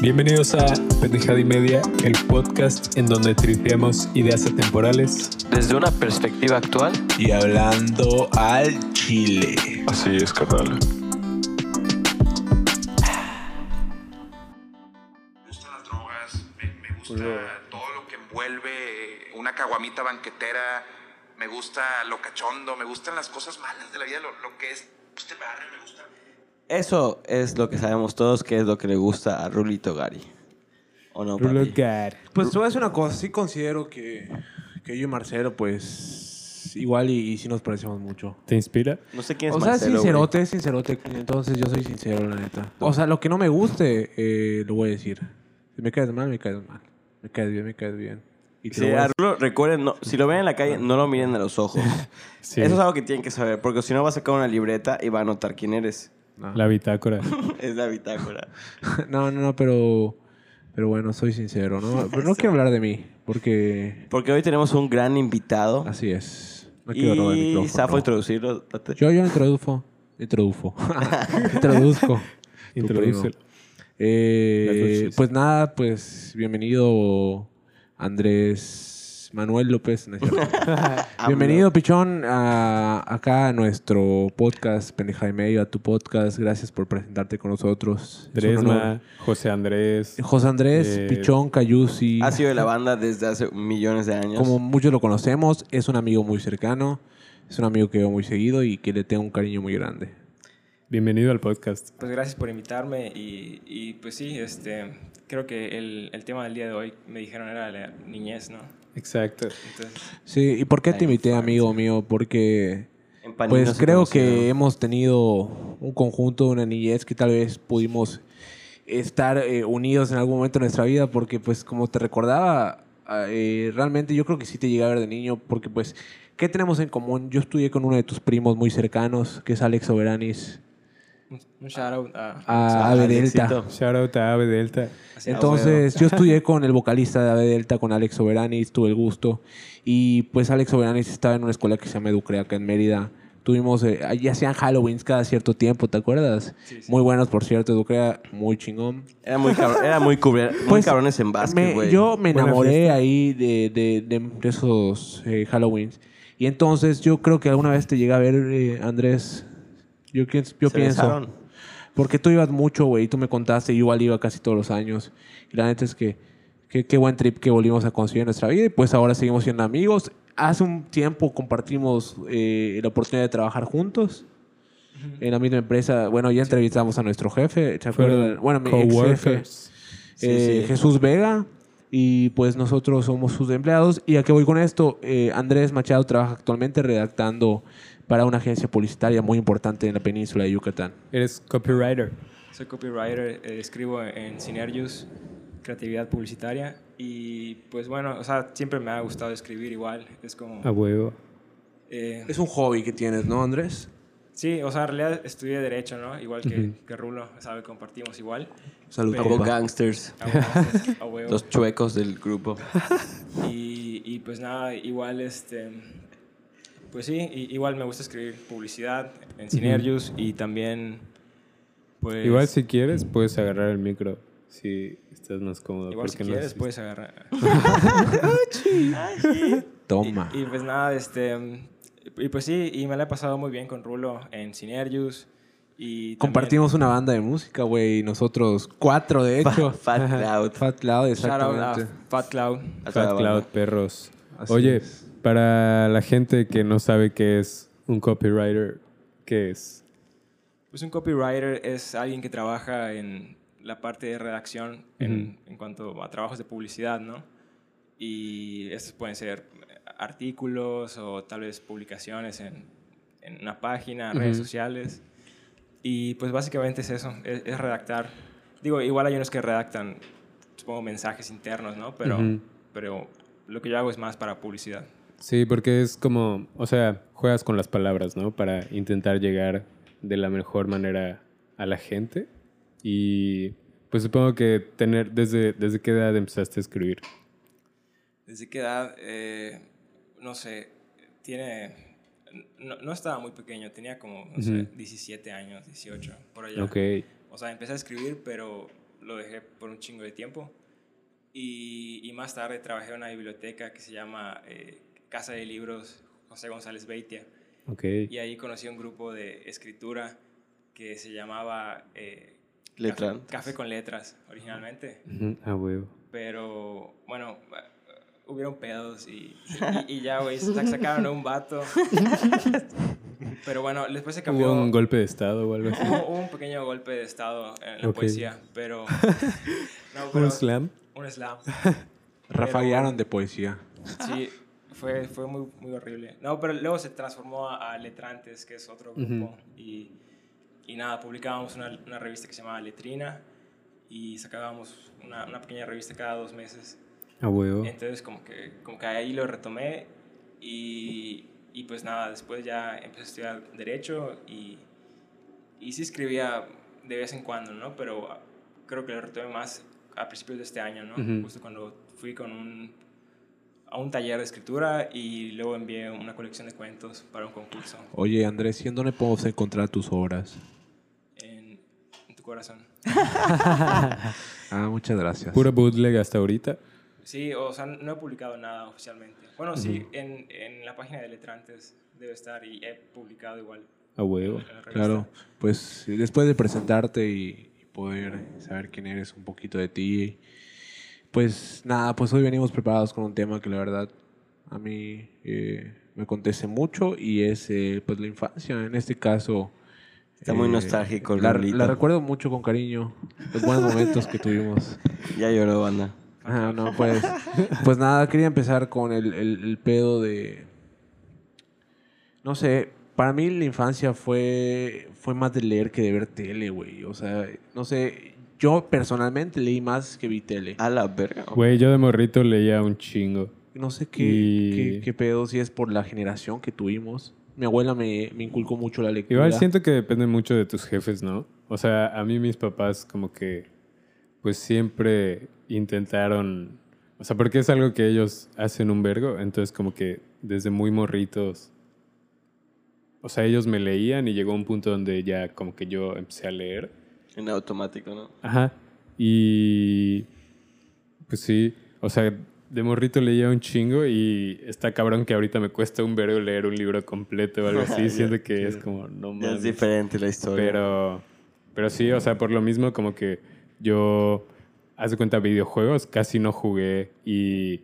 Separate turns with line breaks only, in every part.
Bienvenidos a Pendejada y Media, el podcast en donde tripeamos ideas atemporales.
Desde una perspectiva actual,
y hablando al chile.
Así es, carnal.
Me gustan las drogas, me, me gusta todo lo que envuelve eh, una caguamita banquetera, me gusta lo cachondo, me gustan las cosas malas de la vida, lo, lo que es este barrio, me gusta.
eso es lo que sabemos todos que es lo que le gusta a Rulito Gary. ¿O no, papi?
Pues te voy a decir una cosa, sí considero que, que yo y Marcelo, pues igual y, y sí nos parecemos mucho.
¿Te inspira?
No sé quién es
o sea,
Marcelo,
sincerote, es sincerote, entonces yo soy sincero, la neta. O sea, lo que no me guste, eh, lo voy a decir. Si me caes mal, me caes mal. Me caes bien, me caes bien. Y te
güey. Sí,
lo voy a
a Rulo, recuerden, no- si lo ven en la calle, no lo miren a los ojos.
Sí.
Eso es algo que tienen que saber, porque si no va a sacar una libreta y va a anotar quién eres.
La bitácora.
Es la bitácora.
decir. No, no, no, pero, pero bueno, soy sincero, ¿no? Pero no quiero hablar de mí, porque
Porque hoy tenemos un gran invitado.
así es. No quiero robar el
y
micrófono.
Safo introducirlo. date.
Yo, yo introduzco. Introduzco. Introduzco. Tu
Introduce.
primo. Eh,
That's what she said.
pues nada, pues bienvenido Andrés Manuel López. no es cierto.
Ah,
bienvenido, Pichón, a, acá a nuestro podcast, Pendeja y Medio, a tu podcast. Gracias por presentarte con nosotros. Es un honor.
Dresma, José Andrés.
José Andrés,
Eh,
Pichón, Cayusi.
Ha sido de la banda desde hace millones de Ah, años.
Como muchos lo conocemos, es un amigo muy cercano. Es un amigo que veo muy seguido y que le tengo un cariño muy grande.
Bienvenido al podcast.
Pues gracias por invitarme y, y, pues sí, este, creo que el, el tema del día de hoy me dijeron era la niñez, ¿no?
Exacto.
Entonces,
Sí, ¿y por qué te
Ay,
invité,
fuerte.
amigo mío? Porque
En Panini
Pues
no se
creo
conocieron.
que hemos tenido un conjunto de una niñez que tal vez pudimos estar eh, unidos en algún momento de nuestra vida, porque pues como te recordaba, ah, eh, realmente yo creo que sí te llegué a ver de niño, porque pues, ¿qué tenemos en común? Yo estudié con uno de tus primos muy cercanos, que es Alex Soberanis,
un, un shout out a...
a
Ah,
Ave Delta.
Pues, Alexito.
Shout out a Ave Delta.
a-
Entonces, yo estudié con el vocalista de Ave Delta, con Alex Soberanis, tuve el gusto. Y pues Alex Soberanis estaba en una escuela que se llama Educrea, acá en Mérida. Tuvimos, eh, ahí hacían Halloweens cada cierto tiempo, ¿te acuerdas?
Sí, sí.
Muy buenos, por cierto, Educrea, muy chingón.
Era muy, cabrón, era muy, cubre- muy
Pues,
cabrones en
Me-
básquet, güey.
yo me
Buena
enamoré
fiesta.
ahí de, de- de- de esos eh, Halloweens. Y entonces yo creo que alguna vez te llegué a ver, eh, Andrés. Yo, quien- yo
Se
pienso.
besaron.
Porque tú ibas mucho, güey, y tú me contaste, yo igual iba casi todos los años. Y la neta es que que- qué buen trip que volvimos a conseguir en nuestra vida y pues ahora seguimos siendo amigos. Hace un tiempo compartimos eh, la oportunidad de trabajar juntos en la misma empresa. Bueno, ya entrevistamos a nuestro jefe, ¿te acuerdas?
Fueron
Bueno, mi ex jefe,
coworkers.
eh,
sí.
Jesús Vega. Y pues nosotros somos sus empleados. ¿Y a qué voy con esto? Eh, Andrés Machado trabaja actualmente redactando para una agencia publicitaria muy importante en la península de Yucatán.
Eres copywriter.
Soy copywriter, eh, escribo en Synergius, creatividad publicitaria y pues bueno, o sea, siempre me ha gustado escribir igual, es como...
A huevo.
eh,
Es un hobby que tienes, ¿no, Andrés?
sí, o sea, en realidad estudié Derecho, ¿no? Igual que, que Rulo, sabe, compartimos igual.
Salud,
Pero-
Como gangsters.
A huevos, a huevos.
Los chuecos del grupo.
Y, y, pues nada, igual este. Pues sí, i- igual me gusta escribir publicidad en Synergius y también. Pues,
Igual si quieres, puedes agarrar el micro si estás más cómodo.
igual si
porque no
quieres,
sé-
puedes agarrar.
Toma.
Y, y, pues nada, este. Y pues sí, y me la he pasado muy bien con Rulo en Synergius. Y también-
Compartimos una banda de música, güey. Nosotros cuatro, de
Fa-
hecho.
Fat Cloud.
Fat Cloud,
Shout out a
exactamente.
Fat
A
Cloud.
toda la
Fat
banda.
Cloud Perros.
Así
Oye,
es.
para la gente que no sabe qué es un copywriter, ¿qué es?
Pues un copywriter es alguien que trabaja en la parte de redacción en, en cuanto a trabajos de publicidad, ¿no? Y estos pueden ser artículos o tal vez publicaciones en, en una página, redes sociales. Y pues básicamente es eso, es, es redactar. Digo, igual hay unos que redactan, supongo, mensajes internos, ¿no? Pero,
Ujú.
pero lo que yo hago es más para publicidad.
Sí, porque es como, o sea, juegas con las palabras, ¿no? Para intentar llegar de la mejor manera a la gente. Y pues supongo que tener, ¿desde, desde qué edad empezaste a escribir?
¿Desde qué edad? Eh, no sé, tiene... No, no estaba muy pequeño, tenía como, no sé,
Ujú.
17 años, 18, por allá.
Ok.
O sea, empecé a escribir, pero lo dejé por un chingo de tiempo. Y, y más tarde trabajé en una biblioteca que se llama eh, Casa de Libros José González Beitia.
Ok.
Y ahí conocí un grupo de escritura que se llamaba eh,
Letra.
Café, Café con Letras originalmente.
Ujú, A huevo.
Pero bueno, eh, hubieron pedos y, y- y ya, güey, sac- sacaron a un vato. Pero bueno, después se cambió.
Hubo un golpe de estado o algo así.
Hubo hubo un pequeño golpe de estado en la
Ok.
poesía, pero. no, pero-
Un slam.
Un slam.
Rafaguearon de poesía.
Sí, fue, fue muy, muy horrible. No, pero luego se transformó a, a Letrantes, que es otro grupo. y, y nada, publicábamos una, una revista que se llamaba Letrina y sacábamos una, una pequeña revista cada dos meses.
A huevo.
Entonces, como que, como que ahí lo retomé y, y pues nada, después ya empecé a estudiar Derecho y, y sí escribía de vez en cuando, ¿no? Pero ah, creo que lo retomé más a principios de este año, ¿no?
Ujú.
Justo cuando fui con un, a un taller de escritura y luego envié una colección de cuentos para un concurso
Oye, Andrés, ¿y en dónde podemos encontrar tus obras?
en, en tu corazón.
Ah, muchas gracias.
Puro bootleg hasta ahorita.
Sí, o sea, no he publicado nada oficialmente. Bueno, sí, en, en la página de Letrantes debe estar y he publicado igual.
A huevo.
en la revista.
Claro, pues después de presentarte y, y poder saber quién eres, un poquito de ti, pues nada, pues hoy venimos preparados con un tema que la verdad a mí eh, me acontece mucho y es eh, pues la infancia, en este caso. eh,
Está muy nostálgico el
la,
Lolito.
la recuerdo mucho con cariño, los buenos momentos que tuvimos.
Ya lloró, banda.
Ah, no, pues, pues nada, quería empezar con el, el- el pedo de... No sé, para mí la infancia fue, fue más de leer que de ver tele, güey. O sea, no sé, yo personalmente leí más que vi tele.
A la verga.
Güey, yo de morrito leía un chingo.
No sé qué,
Y-
qué, qué pedo, si es por la generación que tuvimos. Mi abuela me, me inculcó mucho la lectura.
Igual siento que depende mucho de tus jefes, ¿no? O sea, a mí mis papás como que pues siempre intentaron, o sea, porque es algo que ellos hacen un vergo, entonces como que desde muy morritos, o sea, ellos me leían y llegó un punto donde ya como que yo empecé a leer.
En automático, ¿no?
Ajá. Y pues sí, o sea, de morrito leía un chingo y está cabrón que ahorita me cuesta un vergo leer un libro completo o algo así,
Ya,
siento que es como no
Ya es
mames.
diferente la historia.
Pero, pero sí, o sea, por lo mismo como que yo, haz de cuenta, videojuegos casi no jugué y,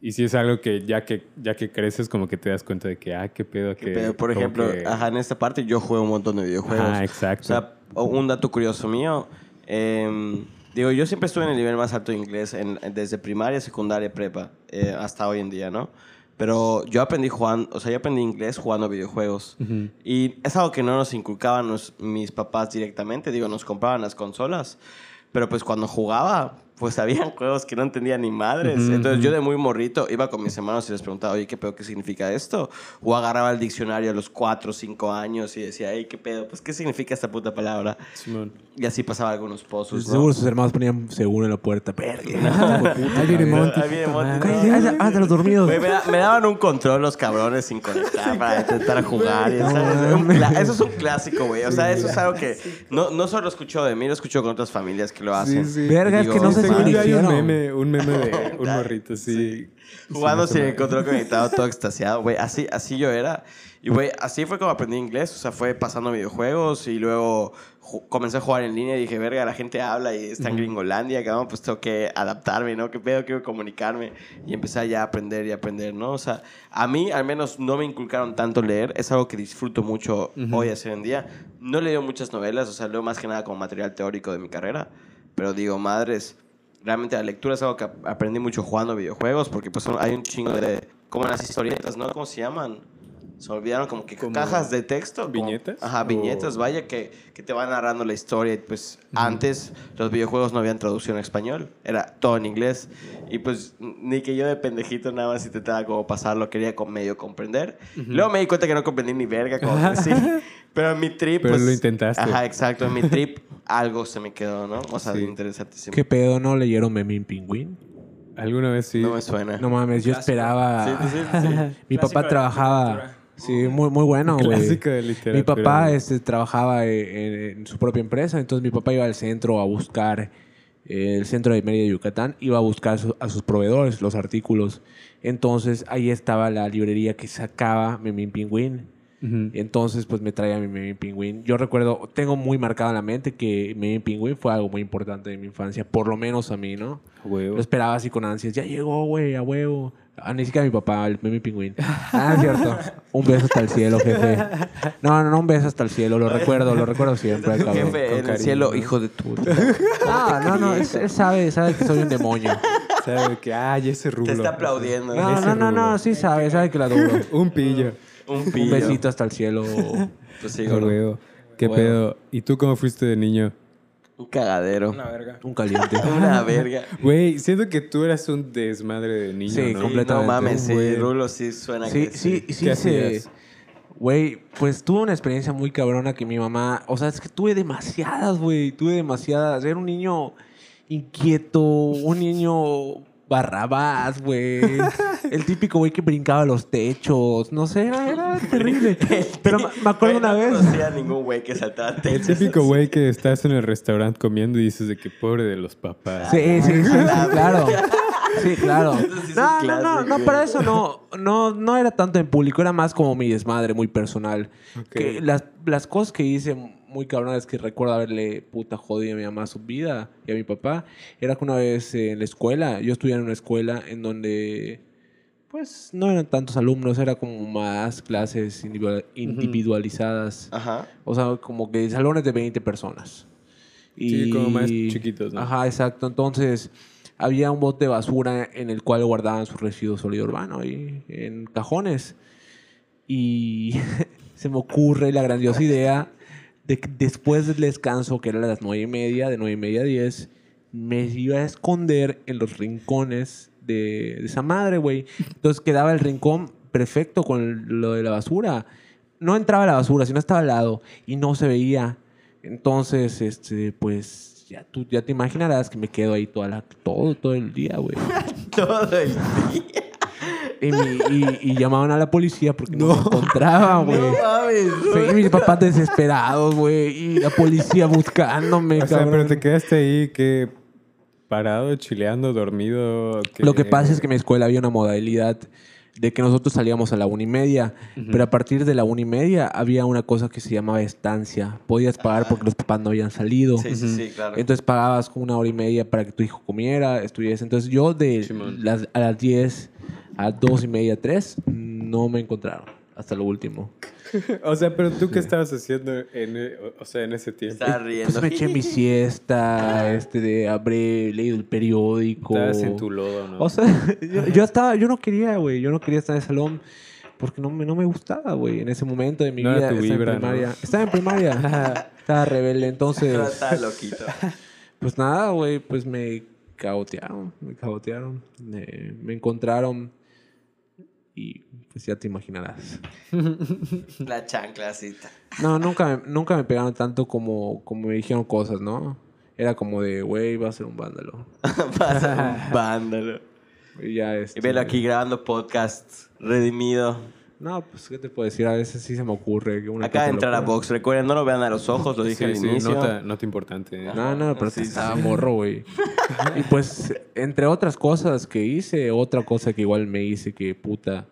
y sí es algo que ya, que ya que creces como que te das cuenta de que, ah, qué pedo que...
Pero, por
como
ejemplo,
que-
ajá, en esta parte yo juego un montón de videojuegos.
Ajá, exacto.
O sea, o- un dato curioso mío. eh, digo, yo siempre estuve en el nivel más alto de inglés en- en- desde primaria, secundaria, prepa, eh, hasta hoy en día, ¿no? Pero yo aprendí jugando, o sea, yo aprendí inglés jugando videojuegos.
Ujú.
Y es algo que no nos inculcaban nos- mis papás directamente. Digo, nos compraban las consolas. Pero pues cuando jugaba, pues habían juegos que no entendía ni madres.
Ujú,
Entonces
ujú.
yo de muy morrito iba con mis hermanos y les preguntaba, oye, ¿qué pedo? ¿Qué significa esto? O agarraba el diccionario a los 4 o 5 años y decía, ey, ¿qué pedo? Pues, ¿qué significa esta puta palabra?
Simón.
Y así pasaba algunos pozos. ¿no?
Seguro sus hermanos ponían seguro en la puerta. Verga.
Ahí viene Monty.
Cállate, ándale, ándale, dormido.
Güey, me, da- me daban un control los cabrones sin conectar para intentar jugar. y, ¿sabes? Un cla- eso es un clásico, güey. O sea, eso es algo que no, no solo escucho de mí, lo escucho con otras familias que lo hacen.
Verga, es
Digo,
que no
sí,
sé si
Según
lo
yo hay un
hicieron.
meme, un meme de un morrito así.
Jugando
Sí,
sin
me
el control conectado, todo extasiado, güey. Así, así yo era. Y, güey, así fue como aprendí inglés. O sea, fue pasando videojuegos y luego ju- comencé a jugar en línea y dije, verga, la gente habla y está en Gringolandia, cabrón, pues tengo que adaptarme, ¿no? ¿Qué pedo? Quiero comunicarme. Y empecé ya a aprender y a aprender, ¿no? O sea, a mí al menos no me inculcaron tanto leer. Es algo que disfruto mucho hoy, hace en día. No leo muchas novelas, o sea, leo más que nada como material teórico de mi carrera. Pero digo, madres, realmente la lectura es algo que ap- aprendí mucho jugando videojuegos, porque pues son- hay un chingo de... Como las historietas, ¿no? ¿Cómo se llaman? Se olvidaron como que
Como
cajas de texto. como-
viñetas,
ajá,
o-
viñetas, vaya, que, que te van narrando la historia. Y pues antes los videojuegos no habían traducción a español, era todo en inglés. Y pues ni que yo de pendejito nada más intentaba como pasarlo, quería con medio comprender. Luego me di cuenta que no comprendí ni verga, como que sí. Pero en mi trip...
Pero
pues,
lo intentaste.
Ajá, exacto. En mi trip algo se me quedó, ¿no? O sea,
Sí.
interesantísimo.
¿Qué pedo? ¿No leyeron Memín Pingüín?
Alguna vez sí.
No me suena.
No mames, yo
Clásico.
esperaba.
Sí, sí, sí, sí.
Mi
Clásico de
papá
la
trabajaba.
literatura.
Sí, muy, muy bueno, güey.
Clásico de
Mi
literatura.
papá este, trabajaba eh, en, en su propia empresa, entonces mi papá iba al centro a buscar eh, el centro de Mérida de Yucatán iba a buscar su- a sus proveedores los artículos. Entonces ahí estaba la librería que sacaba Memín Pingüín.
Ujú.
Entonces, pues me traía mi Memín Pingüín. Yo recuerdo, tengo muy marcado en la mente que Memín Pingüín fue algo muy importante de mi infancia, por lo menos a mí, ¿no?
Huevo.
Lo esperaba así con ansias. Ya llegó, güey, a huevo. Ah, ni siquiera mi papá, el Memín Pingüín. Ah, es cierto. Un beso hasta el cielo, jefe. No, no, no, un beso hasta el cielo. Lo recuerdo, lo recuerdo siempre, cabrón.
Jefe, en
Con
el
cariño.
cielo, hijo de tu.
Ah, no, no, es- él sabe, sabe que soy un demonio.
Sabe que, ay, ese rulo.
Te está aplaudiendo.
No,
Ese
no, no, no,
rulo.
sí sabe, sabe que la duro.
Un pillo.
Un,
Un
pillo.
besito hasta el cielo.
Pues sí,
Ah,
gordo.
huevo. ¿Qué
Bueno.
pedo? ¿Y tú cómo fuiste de niño?
Un cagadero.
Una verga.
Un caliente.
Una verga.
Güey, siento que tú eras un desmadre de niño,
Sí,
¿no?
Sí,
completamente.
No mames, sí,
Güey.
Rulo sí suena
Sí,
que
sí, sí,
¿Qué
se...
hacías?
Güey, pues tuve una experiencia muy cabrona que mi mamá... O sea, es que tuve demasiadas, güey. Tuve demasiadas. Era un niño inquieto, un niño barrabás, güey. El típico güey que brincaba a los techos. No sé, era, era terrible. Pero me- me acuerdo una
Güey,
vez...
No conocía a ningún güey que saltaba
El
techos.
típico güey que estás en el restaurante comiendo y dices de que pobre de los papás.
Sí, sí, sí, sí, claro. Sí, claro.
Eso sí es un
No, no, no,
clásico,
no,
güey.
para eso no, no, no era tanto en público, era más como mi desmadre, muy personal. Que las, las cosas que hice muy cabronas que recuerdo haberle puta jodido a mi mamá su vida y a mi papá, era que una vez eh, en la escuela, yo estudiaba en una escuela en donde pues no eran tantos alumnos, era como más clases individua- individualizadas.
Ajá.
O sea, como que salones de 20 personas.
Sí, como más chiquitos, ¿no?
Ajá, exacto. Entonces, había un bote de basura en el cual guardaban sus residuos sólido urbano ahí, en cajones. Y se me ocurre la grandiosa idea de que después del descanso, que era a las nueve y media, de nueve y media a diez, me iba a esconder en los rincones de, de esa madre, güey. Entonces quedaba el rincón perfecto con lo de la basura. No entraba la basura, sino estaba al lado y no se veía. Entonces, este, pues ya tú ya te imaginarás que me quedo ahí toda la, todo, todo el día, güey.
Todo el día.
Y, mi- y- y llamaban a la policía porque no, me encontraba, güey.
No mames.
Sí, mis papás desesperados, güey. Y la policía buscándome,
O sea,
cabrón.
pero te quedaste ahí que parado, chileando, dormido.
Lo que pasa es que en mi escuela había una modalidad de que nosotros salíamos a la una y media, pero a partir de la una y media había una cosa que se llamaba estancia. Podías pagar porque los papás no habían salido.
Sí, sí, sí, claro.
Entonces pagabas como una hora y media para que tu hijo comiera, estuviese. Entonces yo de
Simón.
las, a las 10, a dos y media, 3, no me encontraron hasta lo último.
O sea, pero tú qué estabas haciendo en, eh, o- o sea, en ese tiempo.
Estaba riendo.
Pues me eché mi siesta, este, de, habré leído el periódico.
Estabas en tu lodo, ¿no?
O sea, yo, yo estaba, yo no quería, güey, yo no quería estar en el salón porque no me, no me gustaba, güey, en ese momento de mi
No era
vida.
tu
estaba,
vibra,
en
¿no?
primaria, estaba en primaria, estaba rebelde,
Pero
entonces,
estaba loquito.
pues nada, güey, pues me cagotearon, me cagotearon, eh, me encontraron y pues ya te imaginarás.
La chanclacita.
No, nunca me, nunca me pegaron tanto como, como me dijeron cosas, ¿no? Era como de, güey, va a ser un vándalo.
Pasa un vándalo.
Y ya es.
Y velo aquí grabando podcast. Redimido.
No, pues, ¿qué te puedo decir? A veces sí se me ocurre. que una que
Acaba de
otra
entrar a
locura.
Vox. Recuerden, no lo vean a los ojos, lo dije
sí,
al
sí,
inicio.
nota, nota importante. ¿eh?
No, no, pero
Sí,
estaba morro, güey. y pues, entre otras cosas que hice, otra cosa que igual me hice que puta,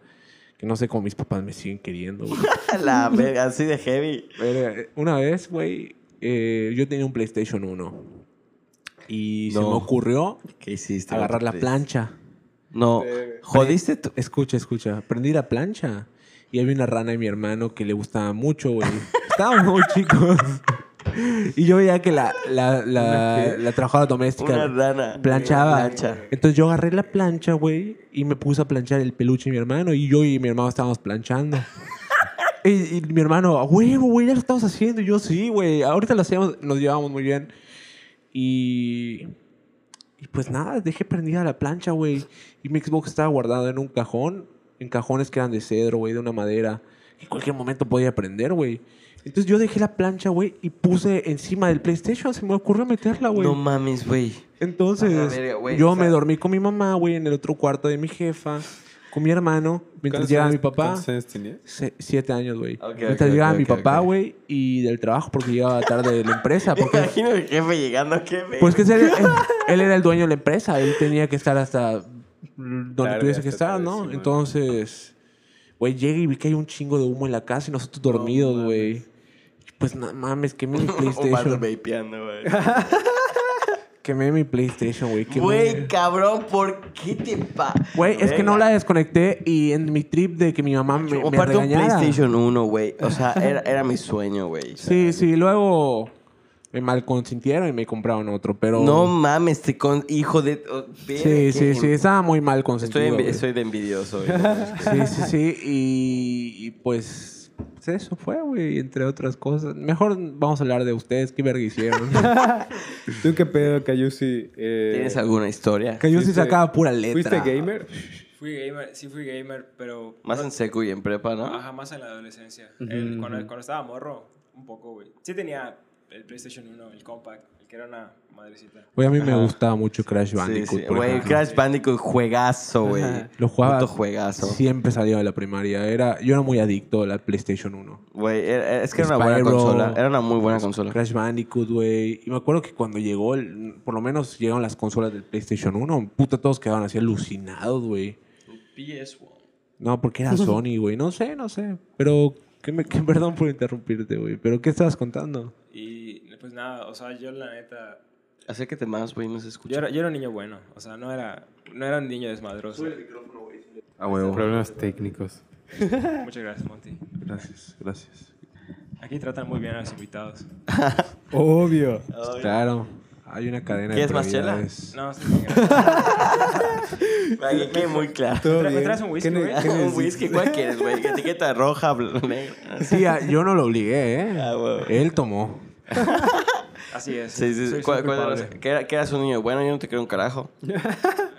que no sé cómo mis papás me siguen queriendo, güey.
La verga, así de heavy.
Verga, Una vez, güey, eh, yo tenía un PlayStation 1 y se
No. Este
me ocurrió
¿Qué hiciste?
agarrar la plancha.
No. Jodiste tu.
Escucha, escucha. Prendí la plancha. Y había una rana de mi hermano que le gustaba mucho, güey. Estábamos muy chicos. Y yo veía que la, la, la- la trabajadora doméstica
Una rana.
planchaba.
Plancha.
Entonces yo agarré la plancha, güey, y me puse a planchar el peluche de mi hermano. Y yo y mi hermano estábamos planchando. y, y mi hermano, "A huevo, güey, ya lo estamos haciendo. Y yo, sí, güey. Ahorita lo hacíamos, nos llevábamos muy bien. Y y pues nada, dejé prendida la plancha, güey. Y mi Xbox estaba guardado en un cajón, en cajones que eran de cedro, güey, de una madera, que en cualquier momento podía prender, güey. Entonces yo dejé la plancha, güey, y puse encima del PlayStation. Se me ocurrió meterla, güey.
No mames, güey.
Entonces
A la verga, güey,
yo
o sea-
me dormí con mi mamá, güey, en el otro cuarto de mi jefa. con mi hermano
¿Cuántos
mientras llegaba mi
años-
papá.
¿Cuántos años tenías?
Se- siete años, güey.
Ok,
mientras
ok,
llegaba
ok,
mi
ok,
papá,
ok.
güey, y del trabajo porque llegaba tarde de la empresa.
Me
Porque,
imagino el jefe llegando, jefe.
Ah, pues que ese era- él, él era el dueño de la empresa, él tenía que estar hasta donde
Tarde,
tuviese que
hasta
estar,
tarde, sí,
¿no?
man.
Entonces, güey, llega y vi que hay un chingo de humo en la casa y nosotros dormidos, güey. Pues no mames, quemé mi
Un vato
PlayStation.
vapeando, güey.
quemé mi PlayStation, güey. quemé-
Güey, cabrón, ¿por qué te pa...?
Güey, es que no
Venga.
la desconecté y en mi trip de que mi mamá me,
O
me
parte un
regañara.
PlayStation 1, güey. O sea, era, era mi sueño, güey. O sea,
Sí, sí, luego me malconsintieron y me compraron otro, pero...
No mames, te con... hijo de... oh,
Sí,
verga,
sí,
qué
sí,
en-
estaba muy mal
Estoy,
consentido.
envi-
güey.
estoy de envidioso, güey.
Sí, sí, sí, y, y pues, pues eso fue, güey, entre otras cosas. Mejor vamos a hablar de ustedes, qué verga hicieron.
¿Tú qué pedo, Cayusi? Eh,
¿Tienes alguna historia?
que yo sí
Fuiste-
sacaba pura letra.
¿Fuiste gamer?
Fui gamer, sí fui gamer, pero...
Más en secu y en prepa, ¿no?
Ajá, más en la adolescencia. El- cuando, cuando estaba morro, un poco, güey. Sí tenía el PlayStation 1, el Compact, el que era una madrecita.
Güey, a mí me gustaba mucho Crash Bandicoot,
sí, sí.
por
Güey,
ejemplo.
Crash Bandicoot, juegazo, güey.
Lo jugaba
Puto juegazo.
siempre salía de la primaria. Era, yo era muy adicto a la PlayStation 1.
Güey, era- era- es que era una buena
Spyro.
consola. Era una muy buena consola.
Crash Bandicoot, güey. Y me acuerdo que cuando llegó, el- por lo menos llegaron las consolas del PlayStation 1, puta, todos quedaban así alucinados, güey.
PS1.
No, porque era Sony, güey. No sé, no sé. Pero, que me, que- perdón por interrumpirte, güey. Pero, ¿qué estabas contando?
Y pues nada, o sea, yo la neta...
Acércate más, güey, no se escucha.
Yo era, yo era un niño bueno, o sea, no era, no era un niño desmadroso.
A huevo. Problemas técnicos.
Muchas gracias, Monty.
Gracias, gracias.
Aquí tratan muy bien a los invitados.
Obvio.
Claro. Hay una cadena
¿Quieres más chela?
prioridades.
No, sí, gracias.
Ay, que quede muy claro.
¿Todo
¿Me
bien?
traes un whisky,
¿Qué ne-
güey?
qué
Un
necesitas?
whisky, ¿cuál quieres, güey? Etiqueta roja, bl- negra.
Sí, ah, yo no lo obligué, ¿eh?
Ah, güey.
Él tomó.
Así es.
Sí, sí,
soy-
sí.
soy
¿Cuál- cuál
culpable.
era- que, era- que eras un niño bueno, yo no te creo un carajo.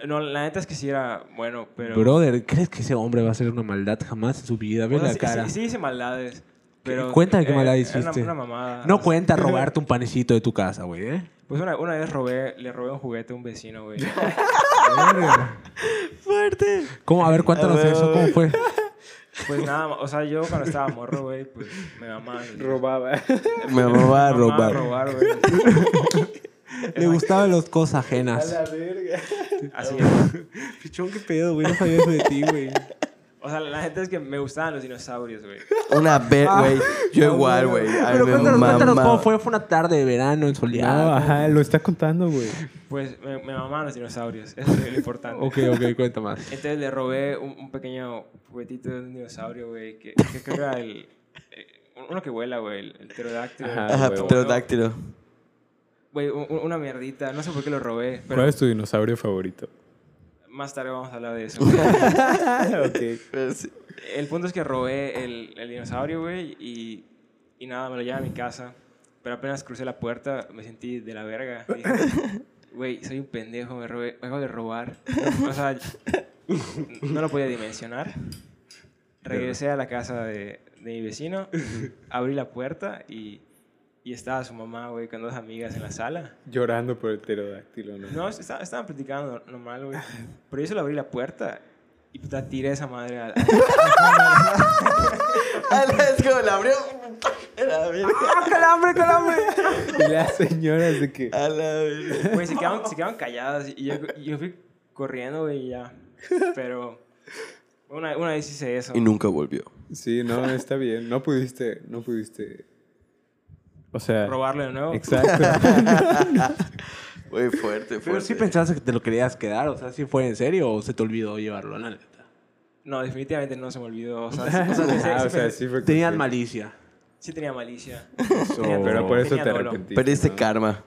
No, la neta es que sí era bueno, pero...
Brother, ¿crees que ese hombre va a hacer una maldad jamás en su vida? Ve
O sea,
la
sí-
cara.
Sí, sí hice maldades, pero...
Cuenta qué
eh,
maldad
era
hiciste.
Una, una mamada.
No cuenta robarte un panecito de tu casa, güey, ¿eh?
Pues una, una vez robé, le robé un juguete a un vecino, güey.
¿Cómo? A ver, cuéntanos
A
eso.
ver.
¿Cómo fue?
Pues nada, o sea, yo cuando estaba morro, güey, pues me mamá...
Robaba.
Me va a robar.
robar, güey.
Le gustaban las cosas ajenas.
Así es.
Pichón, qué pedo, güey. No sabía eso de ti, güey.
O sea, la gente es que me gustaban los dinosaurios, güey.
Una vez, güey. Yo igual, güey.
Ah,
A
Pero
mí me
cuéntanos, cuéntanos
mamaba.
cómo fue. Fue una tarde de verano en
No,
soleado.
ajá, lo está contando, güey.
Pues me, me mamaban los dinosaurios, eso es lo importante.
ok, ok, cuenta más.
Entonces le robé un, un pequeño juguetito de un dinosaurio, güey, que, que creo que era el... eh, Uno que vuela, güey, el, el pterodáctilo.
Ajá,
Ajá,
huevo.
pterodáctilo.
Güey, un- un- una mierdita, no sé por qué lo robé, pero
¿Cuál es tu dinosaurio favorito?
más tarde vamos a hablar de eso.
Pues,
El punto es que robé el, el dinosaurio, güey, y, y nada, me lo llevé a mi casa. Pero apenas crucé la puerta, me sentí de la verga. Dije, Güey, soy un pendejo, me, robé, me acabo de robar. O sea, no lo podía dimensionar. Regresé a la casa de, de mi vecino, abrí la puerta y, y estaba su mamá, güey, con dos amigas en la sala.
Llorando por el pterodáctilo, ¿no?
No, está- estaban platicando no- normal, güey. Pero yo solo abrí la puerta y puta, tiré esa madre al...
Ah, es como la abrió. A la
Ah,
verga.
¡Calambre, calambre!
Y las señoras de que...
A la verga.
Güey, se quedaron, se quedaron calladas y yo, y yo fui corriendo, güey, y ya. Pero una, una vez hice eso.
Y nunca volvió.
Sí, no, está bien. No pudiste, no pudiste... O sea...
Robarle de nuevo.
Exacto.
Güey, fuerte, fuerte.
Pero sí pensaste que te lo querías quedar. O sea, ¿sí fue en serio o se te olvidó llevarlo a la neta?
No, definitivamente no se me olvidó. O sea, sí, o sea, sí, sí,
Ah, o
sí,
sea, sí fue...
Tenían
consciente.
malicia.
sí tenía malicia.
No, pero por eso
Tenía
te
dolo.
arrepentiste.
Perdiste
¿no?
karma.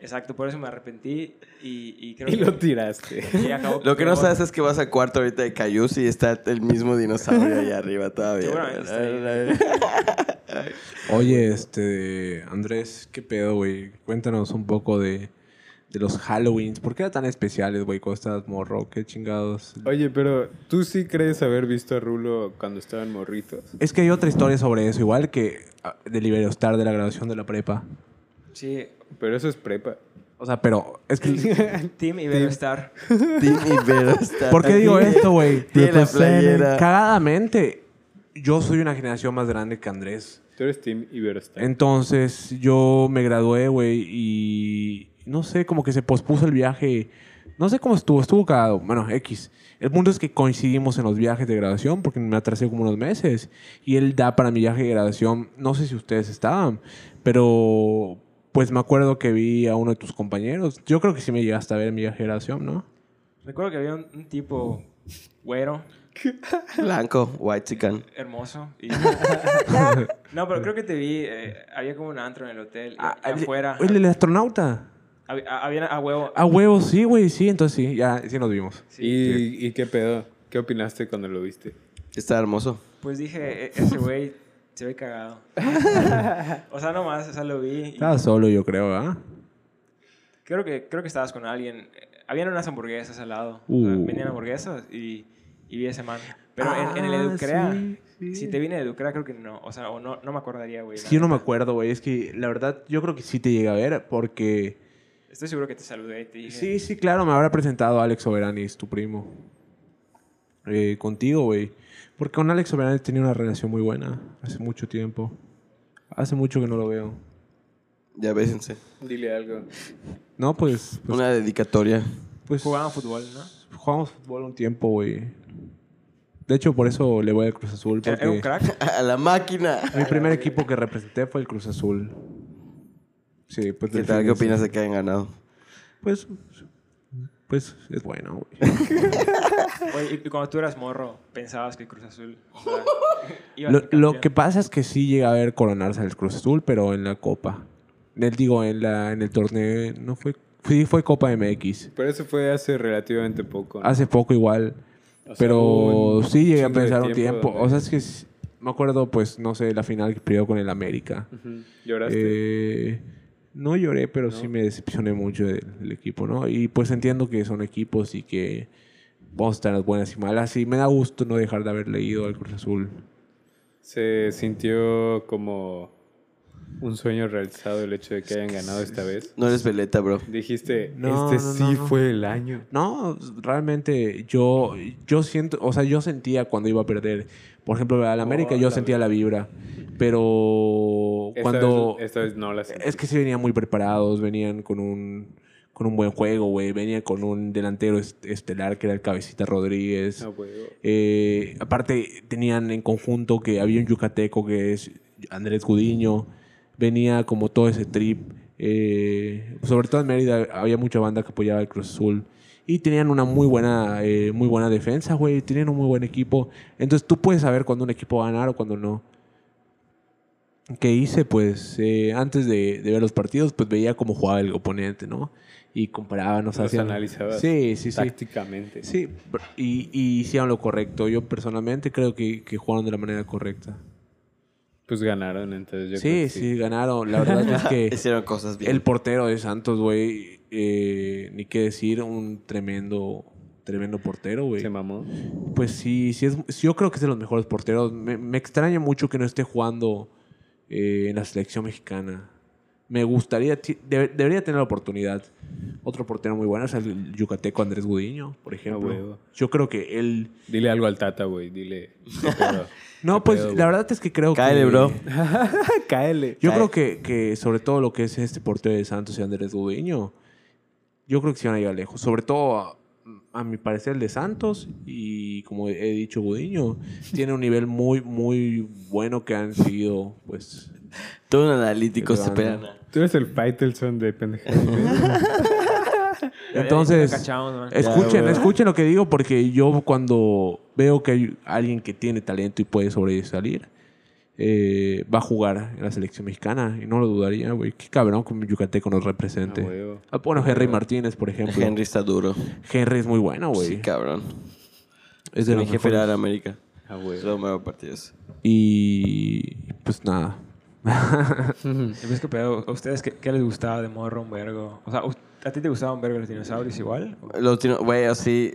Exacto, por eso me arrepentí y, y creo
Y
que...
lo tiraste.
y acabó-
Lo que no
acabó-
sabes es que vas a cuarto ahorita de Cayus y está el mismo dinosaurio ahí arriba todavía.
Seguramente está ahí.
Oye, este. Andrés, ¿qué pedo, güey? Cuéntanos un poco de, de los Halloweens. ¿Por qué eran tan especiales, güey? Cuando estabas morro, qué chingados.
Oye, pero tú sí crees haber visto a Rulo cuando estaban morritos.
Es que hay otra historia sobre eso, igual que ah, del Iberostar de la graduación de la prepa.
Sí,
Pero eso es prepa.
O sea, pero es que...
Team Iberoestar.
Team Iberostar.
¿Por qué digo
Tiene-
esto, güey?
Tiene la
Represent-
playera.
Cagadamente, yo soy una generación más grande que Andrés.
Tú eres Team Iberostar.
Entonces yo me gradué, güey, y no sé, como que se pospuso el viaje. No sé cómo estuvo, estuvo cagado. Bueno, X. El punto es que coincidimos en los viajes de graduación porque me atrasé como unos meses. Y él da para mi viaje de graduación, no sé si ustedes estaban, pero pues me acuerdo que vi a uno de tus compañeros. Yo creo que sí me llegaste a ver en mi viaje de graduación, ¿no?
Recuerdo que había un, un tipo güero,
Blanco, white chican.
hermoso. y- no, pero creo que te vi. eh, había como un antro en el hotel. y-
Ah,
y afuera.
El, el astronauta.
hab- a- Había a huevo.
A huevo, sí, güey, sí. Entonces sí, ya sí nos vimos.
¿Y, ¿Y qué pedo? ¿Qué opinaste cuando lo viste?
Está hermoso.
Pues dije, "E- ese güey se ve cagado. o sea, nomás, o sea, lo vi. y
Estaba solo, yo creo, ¿ah?
Creo que, creo que estabas con alguien. Eh, Habían unas hamburguesas al lado.
Uh.
O sea, Venían hamburguesas y, y vi ese man. Pero en, en el
Ah,
Educrea,
sí, sí.
si te vine de Educrea, creo que no. O sea, o no, no me acordaría, güey.
Es
la
que yo no me
neta.
acuerdo, güey. Es que la verdad, yo creo que sí te llega a ver porque.
Estoy seguro que te saludé y te dije.
Sí, sí, claro, me habrá presentado Alex Soberanis, tu primo. Eh, contigo, güey. Porque con Alex Soberanis tenía una relación muy buena hace mucho tiempo. Hace mucho que no lo veo.
Ya bésense.
Pues
Dile algo.
No, pues. pues,
Una dedicatoria.
pues
Jugaban fútbol, ¿no?
jugamos fútbol un tiempo, güey. De hecho, por eso le voy al Cruz Azul.
Era- Era un
porque
crack.
A la máquina.
Mi primer equipo que representé fue el Cruz Azul. Sí, pues.
¿Qué
del
tal?
fin de-
¿Qué opinas de que hayan ganado?
Pues. Pues es bueno, güey.
Oye, y- y cuando tú eras morro, pensabas que Cruz Azul. o sea, iba a
Lo,
ser
lo
campeón. Eh,
que pasa es que sí llega a ver coronarse al Cruz Azul, pero en la Copa. Él digo, en, la, en el torneo, no fue, sí fue Copa MX.
Pero eso fue hace relativamente poco. ¿no?
Hace poco igual,
O sea, hubo
pero
un
sí llegué a
chingo de
pensar un tiempo.
donde-
O sea, es que s- me acuerdo, pues, no sé, la final que perdió con el América.
Ujú. ¿Lloraste?
Eh, no lloré, pero sí me decepcioné mucho del, del equipo, ¿no? Y pues entiendo que son equipos y que vamos a estar en las buenas y malas. Y me da gusto no dejar de haber leído al Cruz Azul.
¿Se sintió como un sueño realizado el hecho de que hayan ganado esta vez?
No eres veleta, bro.
Dijiste,
No,
este
no,
sí
no, no.
fue el año.
No, realmente yo, yo siento, o sea, yo sentía cuando iba a perder. Por ejemplo, al América yo
la
sentía Oh, la vibra, pero
Esta
cuando
vez- esta vez no la sentí.
es que sí venían muy preparados, venían con un con un buen juego, güey, venían con un delantero est- estelar que era el Cabecita Rodríguez.
No, güey.
Eh, aparte, tenían en conjunto que había un yucateco que es Andrés Gudiño. Venía como todo ese trip. eh, sobre todo en Mérida había mucha banda que apoyaba al Cruz Azul. Y tenían una muy buena, eh, muy buena defensa, güey. Tenían un muy buen equipo. Entonces tú puedes saber cuando un equipo va a ganar o cuando no. ¿Qué hice? Pues eh, antes de, de ver los partidos, pues veía cómo jugaba el oponente, ¿no? Y comparaba, nos
Los
hacía-
analizabas
Sí, sí, sí.
Tácticamente.
Sí, br- y, y hicieron lo correcto. Yo personalmente creo que, que jugaron de la manera correcta.
Pues ganaron, entonces yo creo
Sí,
que
sí, ganaron. La verdad es que
Hicieron cosas bien.
el portero de Santos, güey, eh, ni qué decir, un tremendo, tremendo portero, güey.
Se mamó.
Pues sí, sí es, sí, yo creo que es de los mejores porteros. Me, me extraña mucho que no esté jugando eh, en la selección mexicana. Me gustaría, ti- debe- debería tener la oportunidad. Otro portero muy bueno es el yucateco Andrés Gudiño, por ejemplo.
Ah, huevo.
Yo creo que él...
Dile algo al Tata, güey. Dile. ¿qué pedo?
No,
¿Qué
pues
pedo,
la
güey?
verdad es que creo
Cáele,
que...
bro.
Cáele.
Yo
Cáele.
creo que, que sobre todo lo que es este portero de Santos y Andrés Gudiño, yo creo que se van a llegar lejos. Sobre todo, a, a mi parecer, el de Santos y como he dicho, Gudiño, tiene un nivel muy, muy bueno que han seguido, pues...
Todo un analítico
Pero,
se pegan.
¿no?
Tú eres el Faitelson de pendejadas.
Ya- ya- ya
Entonces... eh,
lo cachamos, man.
Escuchen,
güey.
escuchen lo que digo porque yo cuando veo que hay alguien que tiene talento y puede sobresalir, eh, va a jugar en la selección mexicana y no lo dudaría, güey. Qué cabrón que un yucateco nos represente.
Ah, huevo.
Ah, bueno, Henry Martínez, por ejemplo.
Henry
Henry,
está duro.
es muy bueno, güey.
Sí, cabrón.
es de
Mi
los
jefe
mejores.
era de América.
Ah,
Es
güey.
lo mejor partidos.
Y pues nada.
Y ves que pedo, ¿A ustedes qué, qué les gustaba de morro un vergo? O sea, ¿a ti te gustaban un vergo los dinosaurios igual?
Los dino- Güey, así.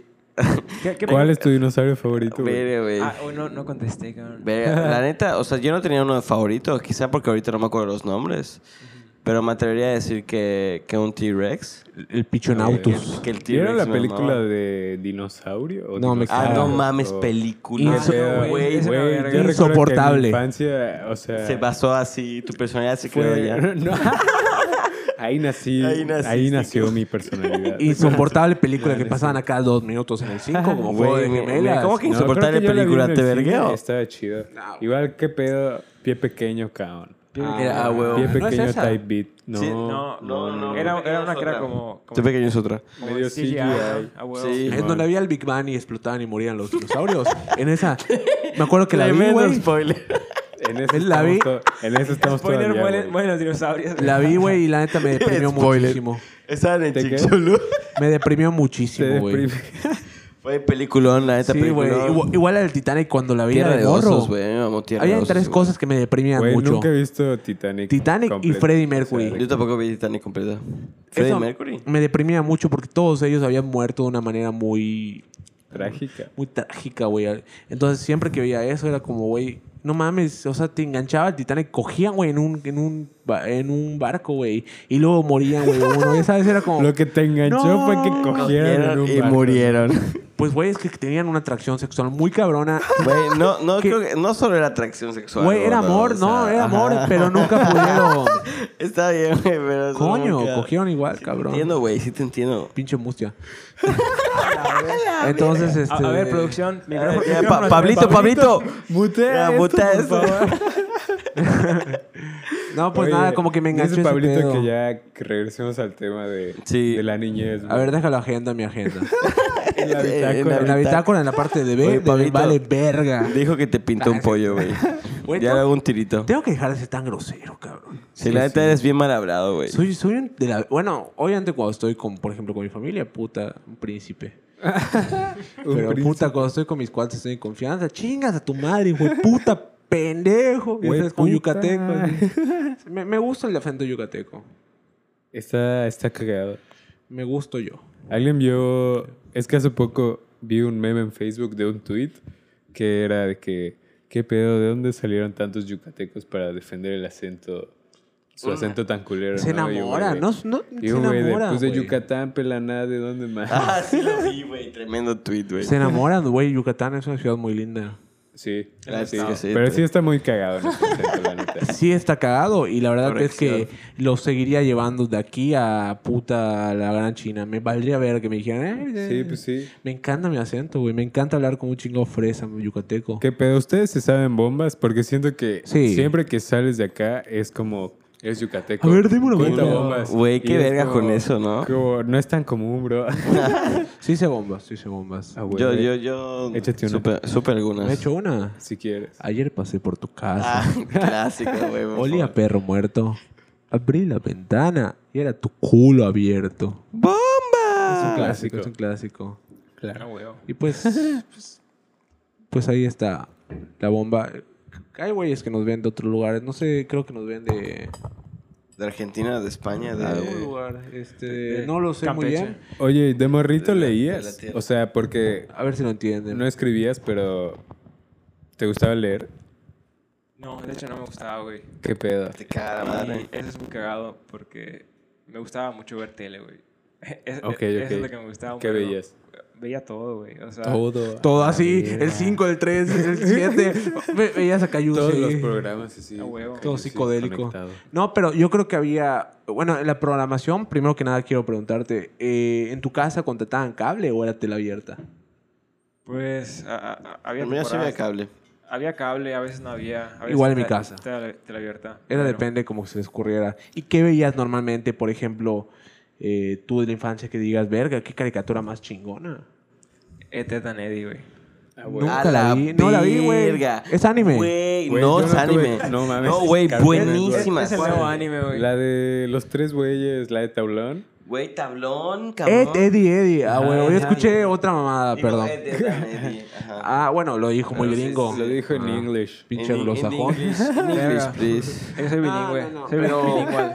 ¿Qué, qué-
¿Cuál es tu dinosaurio favorito, güey?
Verga, güey.
Ah, oh, no, no contesté, cabrón.
Verga. La neta, o sea, yo no tenía uno de favorito. Quizá porque ahorita no me acuerdo los nombres. Pero me atrevería a decir que, que un T-Rex.
El Pichonautus.
Que el T-Rex.
¿Vieron la
me
película
mamaba.
de dinosaurio? o
No, me
dinosaurio?
Ah, no mames,
O-
película.
Qué pedo,
no, güey, esa no,
yo
verga.
recuerdo que en mi
Insoportable.
infancia, o sea,
Se basó así, tu personalidad se quedó
fue-
allá.
no. ahí nací,
Ahí
ahí,
naciste,
nació
cabrón.
mi personalidad.
Insoportable película que pasaban a cada dos minutos en el 5, como juego de
Güey,
gemelas.
¿cómo que
No, creo que
insoportable
yo la vi
película?
en el
¿Te
cine,
vergueo?
Estaba chido. Igual que pedo, pie pequeño, cabrón.
Era, ah, huevo.
Pie
¿no es
pequeño
esa?
type beat. No,
Sí,
no, no, no.
Era,
Pequeño
era una
es
que era
otra.
como. como
Tu pequeño es otra.
como
Medio
¿no?
CGI.
A huevo.
Sí.
En donde había el Big Bang y explotaban y morían los dinosaurios. en esa. Me acuerdo que la vi,
Tremendo
güey.
spoiler.
En eso
Es la
estamos,
vi-
to- en eso estamos
Spoiler,
todavía,
mueren,
güey.
mueren los dinosaurios.
La vi, güey, y la neta me deprimió
Spoiler.
muchísimo.
Estaban en
¿De qué?
Chicxulub.
Me deprimió
Te
muchísimo, güey.
deprime.
Fue peliculón, la neta,
Sí, güey.
peliculón.
Igual, igual la del Titanic cuando la vi
Tierra
era de
de
morro.
osos, güey. Me amó Tierra de
Habían
osos,
tres
güey.
cosas que me deprimían
Güey,
mucho.
nunca he visto Titanic.
Titanic y Freddie Mercury.
de-
Yo tampoco vi Titanic completa. Freddie
Eso
Mercury.
Me deprimía mucho porque todos ellos habían muerto de una manera muy
trágica.
muy trágica, güey. Entonces, siempre que veía eso, era como, güey, no mames, o sea, te enganchaba el Titanic, cogían, güey, en un, en, un, ba- en un barco, güey, y luego morían, güey, uno, ya sabes, era como,
Lo que te enganchó
No.
fue que cogieron en un
y
barco.
murieron.
pues, güey, es que tenían una atracción sexual muy cabrona.
Güey, no, no,
¿Qué?
creo que, no solo era atracción sexual.
Güey, era
gordo,
amor,
o
no,
sea,
era amor,
ajá.
pero nunca pudieron.
Está bien, güey, pero... eso
Coño,
nunca-
cogieron igual,
Te
cabrón.
entiendo, güey, sí te entiendo.
Pinche mustia. Entonces,
A,
este...
a ver, producción.
Ah,
micrófono.
eh, ya, Pa- Pablito, Pablito.
Mutea
Ya,
esto,
mutea
por
esto.
favor.
No, pues
Oye,
nada, como que me
dice
enganchó ese
Pablito
pedo.
que ya que regresemos al tema de,
Sí.
de la niñez. güey.
A ver, deja la agenda, mi agenda.
En la
eh, en la
bitácora.
En la bitácora, en la parte de B,
Oye,
de
Pablito.
vale verga.
Dijo que te pintó un pollo, güey.
Güey,
Ya
no-
le hago un tirito.
Tengo que dejar de ser tan grosero, cabrón.
Si la neta eres bien mal hablado, güey.
Soy, soy un de la... Bueno, obviamente cuando estoy con, por ejemplo, con mi familia, puta, un príncipe.
Un
Pero
príncipe.
puta, cuando estoy con mis cuates, estoy en confianza. Chingas a tu madre, hijo de puta, pendejo. Ya
Güey,
sabes, con
puta.
yucateco. así. Me, me gusta el acento yucateco.
Está, está cagado.
Me gusto yo.
Alguien vio. Es que hace poco vi un meme en Facebook de un tweet que era de que. ¿Qué pedo? ¿De dónde salieron tantos yucatecos para defender el acento? Su acento tan culero.
Se
¿no? Y un
enamora,
güey de-
¿no? no
Y
se
un güey de,
enamora,
pues de
güey.
Yucatán, pelaná, ¿de dónde más?
Ah, sí lo vi, güey. Tremendo tweet, güey.
Se enamoran, güey. Yucatán es una ciudad muy linda.
Sí,
Claro,
sí.
es que sí,
Pero
te-
sí está muy cagado en este acento, la neta.
Sí está cagado y la verdad es
Corrección.
que lo seguiría llevando de aquí a puta la gran China. Me valdría ver que me dijeran, eh, eh,
Sí, pues sí.
Me encanta mi acento, güey. Me encanta hablar como un chingado fresa yucateco.
¿Qué pedo? ¿Ustedes se saben bombas? Porque siento que
Sí.
siempre que sales de acá es como... Es yucateco.
A ver, dime una
Cuenta
bomba.
bombas.
Güey,
Y
qué
es
verga
como-
con eso, ¿no?
como, no es tan común, bro.
Sí se bombas, sí se bombas.
Ah, güey.
Yo, yo, yo.
Échate una.
Supe, supe algunas.
¿Me he hecho una?
Si quieres.
Ayer pasé por tu
Ah,
casa.
clásico, güey. por
olía a
favor.
perro muerto. Abrí la ventana y era tu culo abierto. Es un
¡Bomba!
clásico,
clásico.
es un clásico.
Ah, huevo.
Y pues, pues, pues ahí está la bomba. Hay güeyes que nos ven de otros lugares. No sé, creo que nos ven de,
De Argentina, de España,
de algún
de.
lugar. Este, no lo sé muy
Campeche.
bien.
Oye, ¿y ¿de morrito
De la- de la
leías?
tierra.
O sea, porque
A ver si lo entienden.
no escribías, pero... ¿Te gustaba leer?
No, de hecho no me gustaba, güey.
¿Qué pedo?
De cara, madre.
Y eso es muy cagado porque me gustaba mucho ver tele, güey.
Ok,
Es, es-
ok.
Eso es lo que me gustaba.
¿Qué
pero
veías?
Veía todo, güey. O sea,
Todo.
Ah,
Todo así, el 5, el 3, el 7. Veías a Cayuse.
Todos los programas así.
A huevo.
Todo
Sí,
psicodélico.
conectado.
No, pero yo creo que había. Bueno, en la programación, primero que nada quiero preguntarte: eh, ¿en tu casa contrataban cable o era tela abierta?
pues a- a- a- había.
Mira, sí había
temporadas.
cable.
Había cable, a veces no había. a veces
Igual en mi
te-
casa.
te la- te la abierta.
Era
Pero-
depende como se les ocurriera. ¿Y qué veías normalmente, por ejemplo, eh, tú de la infancia que digas, verga, qué caricatura más chingona?
E.T. E tan Eddie, güey.
Nunca la vi. No la vi, güey.
verga.
Es anime.
Güey,
Güey,
no
yo
es
no tuve-
anime.
no mames.
No, güey,
Cartoon
buenísima.
Es el nuevo anime, güey.
La de los tres güeyes, la de tablón.
Güey,
Eh,
tablón,
Ed,
cabrón.
Eddie, Eddie. Ah,
Ajá,
bueno,
ajá.
yo escuché otra mamada,
Y no,
perdón.
Ed, Ed, Ed, ajá.
Ah, bueno, lo dijo muy
Pero sí,
gringo.
Lo dijo en
Ah,
English.
Pinche
En- en
anglosajón.
English, en English, please.
Yo soy bilingüe.
no, no,
soy
pero-
bilingüe.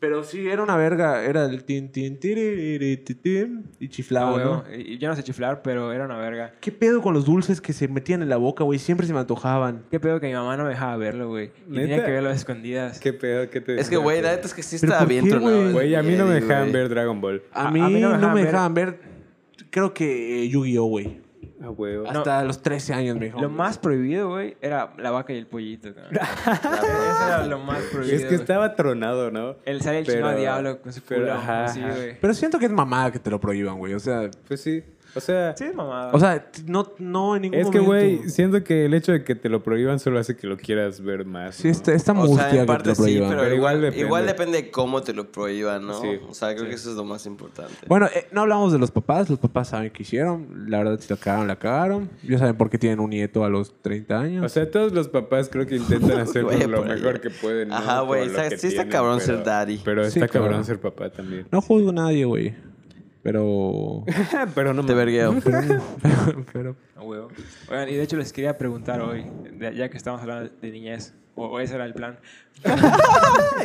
Pero sí, era una verga. Era el tin, tin, tiri, ti, tin, y
Ah,
chiflaba,
huevo.
¿no?
Y- y Yo no sé chiflar, pero era una verga.
¿Qué pedo con los dulces que se metían en la boca, güey? Siempre se me antojaban.
Qué pedo que mi mamá no me dejaba verlo, güey. Y
¿Neta?
tenía que verlo a escondidas.
¿Qué pedo? ¿Qué te
Es que,
decía?
güey, la neta es que sí
¿Pero
está
por
bien
qué,
tronado.
güey?
el
Güey, a mí no me
Jedi,
dejaban
güey.
ver Dragon Ball.
A,
A- a
mí,
mí no me
no,
dejaban
me
ver-
dejaban ver, creo que eh, Yu-Gi-Oh, güey.
Ah, huevo.
Hasta los 13 años, me dijo.
Lo más prohibido, güey, era la vaca y el pollito. cabrón. Eso era lo más prohibido.
Es que
güey.
estaba tronado, ¿no?
El sale el
Pero-
chino a diablo con su
pero,
culo.
ajá,
así,
ajá.
güey.
Pero siento que es mamada que te lo prohíban, güey. O sea,
Pues sí. O sea,
Sí, mamada.
o sea t- no, no en ningún
es que,
momento.
güey, siento que el hecho de que te lo prohíban solo hace que lo quieras ver más.
Sí,
¿no?
esta, esta
O
mustia
sea, en
que te
parte
lo
sí,
prohíban.
pero
Pero igual
igual,
depende.
igual depende de cómo te lo prohíban, ¿no?
Sí,
o sea, creo que eso es lo más importante.
Bueno, eh, no hablamos de los papás. Los papás saben qué hicieron. La verdad, si la cagaron, la cagaron. Ya saben por qué tienen un nieto a los 30 años.
O sea, todos los papás creo que intentan hacer
Güey,
lo
por ahí.
mejor que pueden. ¿no?
Ajá, güey,
Con lo
está-
que
sí está
tienen,
cabrón
pero-
ser daddy.
Pero
Sí,
está cabrón
claro.
ser papá también.
no juzgo a nadie, güey. Pero...
pero no
Te vergueo.
pero...
A huevo. Oigan, y de hecho les quería preguntar hoy, de- ya que estamos hablando de niñez, o, o ese era el plan.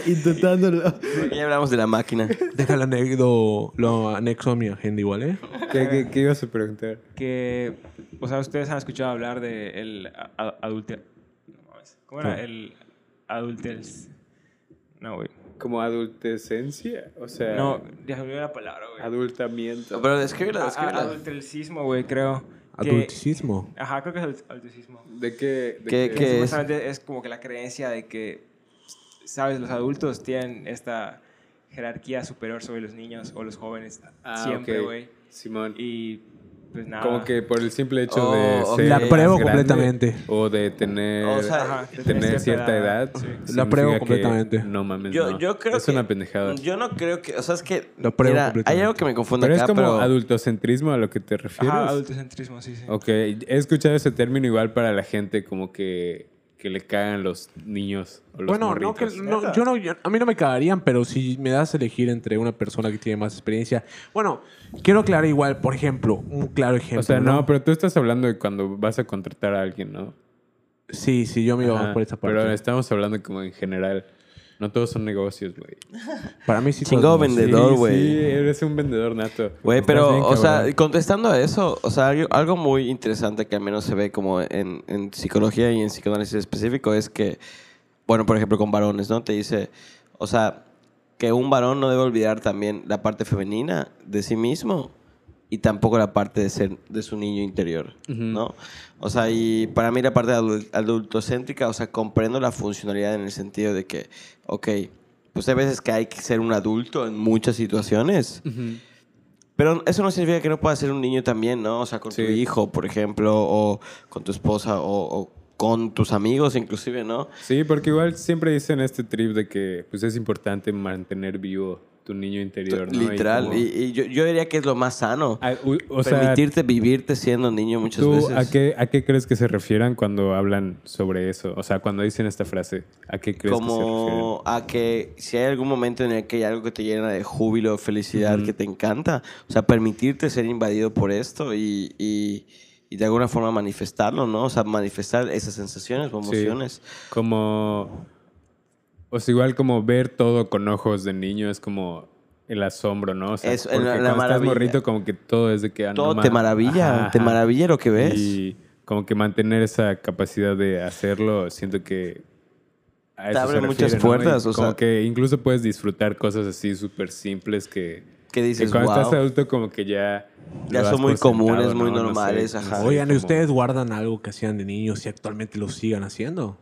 Intentándolo.
ya hablamos de la máquina.
Deja la anécdota, lo anexo a mi agenda igual, ¿eh?
¿Qué, qué, qué ibas a preguntar?
Que, o sea, ustedes han escuchado hablar de el a- a- adulter... no mames. ¿Cómo era?
Ah.
El adultels... No, güey.
¿Como adultecencia? O sea,
No, ya se me olvidó la palabra, güey.
adultamiento.
Pero descríbela,
A- a-
descríbela.
Adultercismo, güey, creo. que-
Adulticismo.
Ajá, creo que es adult- adultercismo.
¿De qué? de
¿Qué-
qué?
qué? es?
Supuestamente es como que la creencia de que, sabes, los adultos tienen esta jerarquía superior sobre los niños o los jóvenes
Ah,
siempre,
ok.
güey.
Simón.
Y pues nada.
Como que por el simple hecho
Oh,
de
ok.
ser
La
apruebo
más
completamente.
O de tener,
O sea,
Ajá,
de tener cierta edad.
La
significa
apruebo
que
completamente.
No mames,
Yo,
no.
yo creo
es
que.
una pendejada.
Yo no creo que. O sea, es que.
Lo apruebo
mira, hay
completamente.
algo que me confunde
pero es
acá,
como
pero.
adultocentrismo a lo que te refieres.
Ajá, adultocentrismo, sí, sí.
Ok, he escuchado ese término igual para la gente como que, que le cagan los niños o los
Bueno, no, que,
morritos.
no, yo no, yo- a mí no me cagarían, pero si me das a elegir entre una persona que tiene más experiencia. Bueno, quiero aclarar igual, por ejemplo, un claro ejemplo.
O sea, no, pero tú estás hablando de cuando vas a contratar a alguien, ¿no?
Sí, sí, yo me iba
Ajá,
por esa parte.
Pero este, estamos hablando como en general. No todos son negocios, güey.
Para mí sí.
Chingado
todos los-
vende- Vendedor,
Sí,
güey.
Sí, eres un vendedor nato.
Güey,
Estás bien,
pero, o sea,
cabrón.
contestando a eso, o sea, algo, algo muy interesante que al menos se ve como en, en psicología y en psicoanálisis específico es que, bueno, por ejemplo, con varones, ¿no? Te dice, o sea, que un varón no debe olvidar también la parte femenina de sí mismo y tampoco la parte de ser de su niño interior, ¿no? O sea, y para mí la parte adul- adultocéntrica, o sea, comprendo la funcionalidad en el sentido de que, ok, pues hay veces que hay que ser un adulto en muchas situaciones.
Ujú.
Pero eso no significa que no pueda ser un niño también, ¿no? O sea, con tu
Sí.
hijo, por ejemplo, o con tu esposa, o, o con tus amigos, inclusive, ¿no?
Sí, porque igual siempre dicen este trip de que pues es importante mantener vivo tu niño interior, ¿no? Y
Literal.
como-
Y, y yo, yo diría que es lo más sano.
Ah, u- o sea,
permitirte vivirte siendo niño muchas
¿tú
veces.
a qué, a qué crees que se refieran cuando hablan sobre eso? O sea, cuando dicen esta frase, ¿a qué crees que se refieren?
como a que si hay algún momento en el que hay algo que te llena de júbilo, felicidad, que te encanta, o sea, permitirte ser invadido por esto y, y- y de alguna forma manifestarlo, ¿no? O sea, manifestar esas sensaciones o
Sí.
emociones.
Como... O sea, igual como ver todo con ojos de niño es como el asombro, ¿no? O sea,
Es- la-
porque
la
cuando estás
maravilla.
morrito como que todo es de que... ah, no
Todo
ma-
te maravilla,
Ajá,
te
ajá.
maravilla lo que ves.
Y como que mantener esa capacidad de hacerlo, siento que... a
Te
eso se
abre muchas
refiere, ¿no? Y
puertas, o
como
sea-
que incluso puedes disfrutar cosas así súper simples que...
que
que
dices,
cuando
wow.
estás adulto como que ya... lo
Ya
das
son muy
por sentado,
comunes, muy
No sé,
normales, ajá.
sé,
Oigan, ¿y
como-
ustedes guardan algo que hacían de niños y actualmente lo sigan haciendo?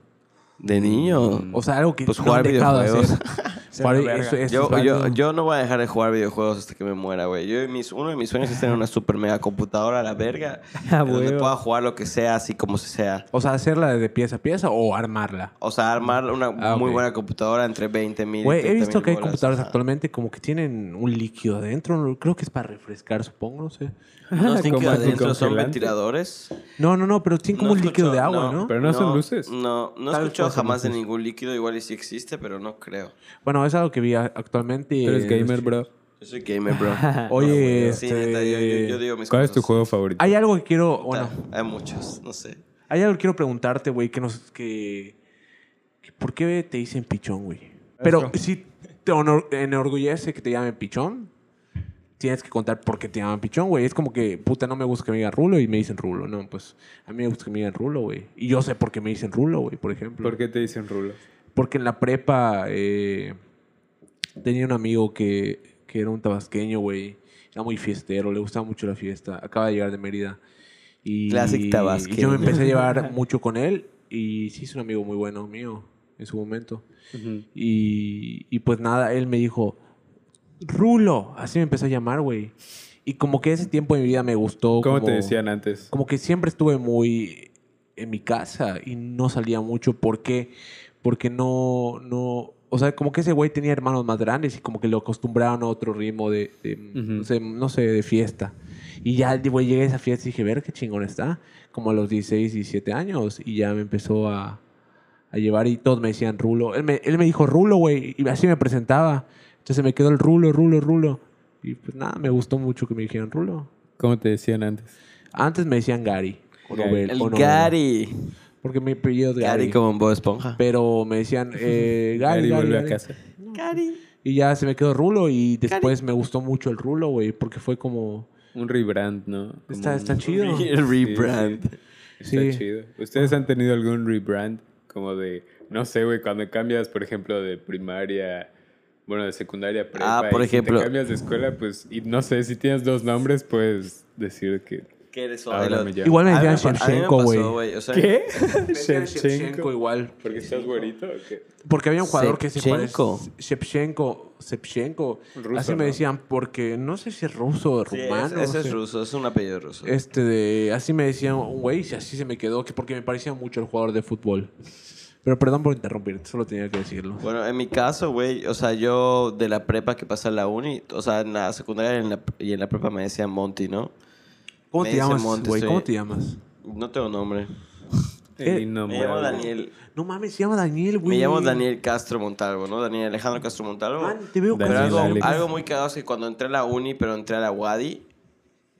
De niño.
Mm.
O sea, algo que
Pues
no
jugar
han dejado de hacer.
Ser
Jugar-
una verga.
eso- eso
yo,
es
yo,
algo-
yo no voy a dejar de jugar videojuegos hasta que me muera, güey. Yo, mis, uno de mis sueños es tener una super mega computadora a la verga. en donde
huevo.
pueda jugar lo que sea, así como se sea.
O sea, hacerla de pieza a pieza o armarla.
O sea, armar una
Ah,
muy
ok.
buena computadora entre 20 mil.
Güey, he visto que hay computadoras actualmente como que tienen un líquido adentro. no- Creo que es para refrescar, supongo, no sé.
No sé
Como
qué adentro son
anticongelante.
ventiladores.
No, no, no, pero tiene como
No
un líquido
escucho,
de agua, ¿no?
Pero no son luces.
No, no he
Tal vez
escuchado
puede ser
jamás de
luces.
ningún líquido. Igual y sí existe, pero no creo.
Bueno, es algo que vi a- actualmente.
Tú eres
eh,
gamer, bro.
Yo soy gamer, bro.
Oye,
Sí, neta, yo, yo- yo
este...
digo mis
¿Cuál es tu
cosas.
juego favorito?
Hay algo que quiero... Bueno,
Hay muchos, no sé.
hay algo que quiero preguntarte, güey, que nos... Que, que ¿Por qué te dicen pichón, güey? Pero si te honor- enorgullece que te llamen pichón, tienes que contar por qué te llaman pichón, güey. Es como que, puta, no me gusta que me digan rulo y me dicen rulo. No, pues a mí me gusta que me digan rulo, güey. Y yo sé por qué me dicen rulo, güey, por ejemplo.
¿Por qué te dicen rulo?
Porque en la prepa eh, tenía un amigo que, que era un tabasqueño, güey. Era muy fiestero, le gustaba mucho la fiesta. Acaba de llegar de Mérida. Y,
Classic
Y yo
tabasqueño.
me empecé a llevar mucho con él. Y sí, es un amigo muy bueno mío en su momento. Y, y pues nada, él me dijo, Rulo. Así me empezó a llamar, güey. Y como que ese tiempo de mi vida me gustó.
¿Cómo te
como-
decían antes?
como que siempre estuve muy en mi casa y no salía mucho. ¿Por qué? Porque no, no, o sea, como que ese güey tenía hermanos más grandes y como que lo acostumbraron a otro ritmo de, de, no, sé, no sé, de fiesta. Y ya, güey, llegué a esa fiesta y dije, ver qué chingón está. Como a los 16, 17 años y ya me empezó a, a llevar y todos me decían Rulo. Él me, él me dijo Rulo, güey, y así me presentaba. Entonces me quedó el Rulo, Rulo, Rulo. Y pues nada, me gustó mucho que me dijeran Rulo.
¿Cómo te decían antes?
Antes me decían Gary. O
Gary.
Nobel,
El
o Nobel.
Gary.
Porque mi apellido es Gary.
Gary como en Bob Esponja.
Pero me decían eh,
Gary,
Gary, Gary,
vuelve
Gary.
a casa.
Gary.
Y ya se me quedó Rulo y después me gustó mucho el Rulo, güey. Porque fue como...
Un rebrand, ¿no? Como
Está,
un-
está chido.
El rebrand.
Está
Sí.
chido. ¿Ustedes han tenido algún rebrand como de, no sé, güey, cuando cambias, por ejemplo, de primaria, bueno, de secundaria a prepa,
Ah, por
y si
ejemplo.
te cambias de escuela, pues, y no sé, si tienes dos nombres, puedes decir que
¿Qué eres
ahora me llamo.
Igual me
A mí
decían
pa- a mí me
Shevchenko,
pasó,
güey.
O sea,
¿Qué?
Me decían Shevchenko
Shevchenko.
igual.
¿Porque estás güerito o qué?
Porque había un jugador que se
Shevchenko.
parecía... Shevchenko. Shevchenko.
Ruso,
Así me
¿no?
decían porque... No sé si es ruso o
Sí, es-
rumano.
ese
no
es
sé.
ruso, es un apellido ruso.
Este de. Así me decían, güey, si así se me quedó, que porque me parecía mucho el jugador de fútbol. Pero perdón por interrumpir, solo tenía que decirlo.
Bueno, en mi caso, güey, o sea, yo de la prepa que pasa a la uni, o sea, en la secundaria y en la, y en la prepa me decían Monty, ¿no?
¿Cómo
me
te
dicen
llamas,
Montes,
güey?
sí.
¿Cómo te llamas?
No tengo nombre.
El
Eh,
Me llamo
innombrable.
Daniel.
No mames, se llama Daniel, güey.
Me llamo Daniel Castro Montalvo, ¿no? Daniel Alejandro Castro Montalvo.
Man, te veo
Pero
Daniel
casi-
algo,
Alex.
algo muy cagado es que cuando entré a la uni, pero entré a la Wadi,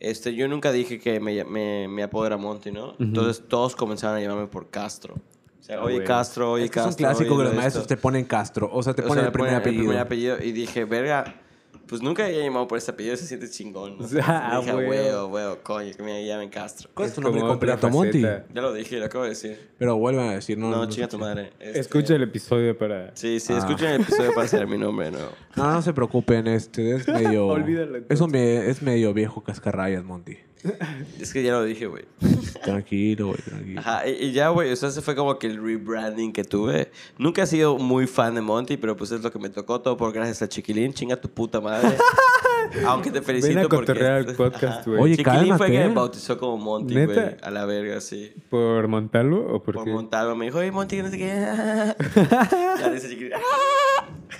este, yo nunca dije que me, me, me apodera Monty, ¿no? Entonces todos comenzaron a llamarme por Castro. O sea, oye
güey.
Castro, oye
Ah, Es que Este es
Castro.
un clásico
oye
que los
esto.
maestros te ponen Castro. O sea, te
O
ponen
sea,
el primer
ponen
apellido.
primer apellido. Y dije, verga, pues nunca había llamado por ese apellido, se siente chingón. ¿no?
O sea,
Y dije,
ah,
"Ah,
huevo".
huevo, huevo, coño, que me llamen Castro.
¿Cuál es tu
Es
nombre
como otra
completo, Monty?
faceta.
Ya lo dije, lo acabo de decir.
Pero vuelve a decir, no.
No,
sé.
chinga tu madre. Este,
Escucha el episodio para...
Sí, sí,
Ah.
escuchen el episodio para saber mi nombre de nuevo.
No, no se preocupen, este es medio.
Olvídalo, entonces.
es, un me- es medio viejo cascarrayas, Monty.
Es que ya lo dije, güey.
Tranquilo, güey, tranquilo.
Ajá, y, y ya, güey, o sea, ese fue como que el rebranding que tuve. Nunca he sido muy fan de Monty, pero pues es lo que me tocó todo por gracias a Chiquilín. Chinga tu puta madre. Aunque te felicito
Ven a
porque...
cotorrear pues. al podcast, güey.
Oye,
Chiquilín fue que
cálmate.
me bautizó como Monty,
¿eh? ¿Neta?
güey. A la verga, sí.
¿Por Montalvo o por,
Por
qué?
Montalvo me dijo, oye, Monty, no sé qué. Ya dice Chiquilín.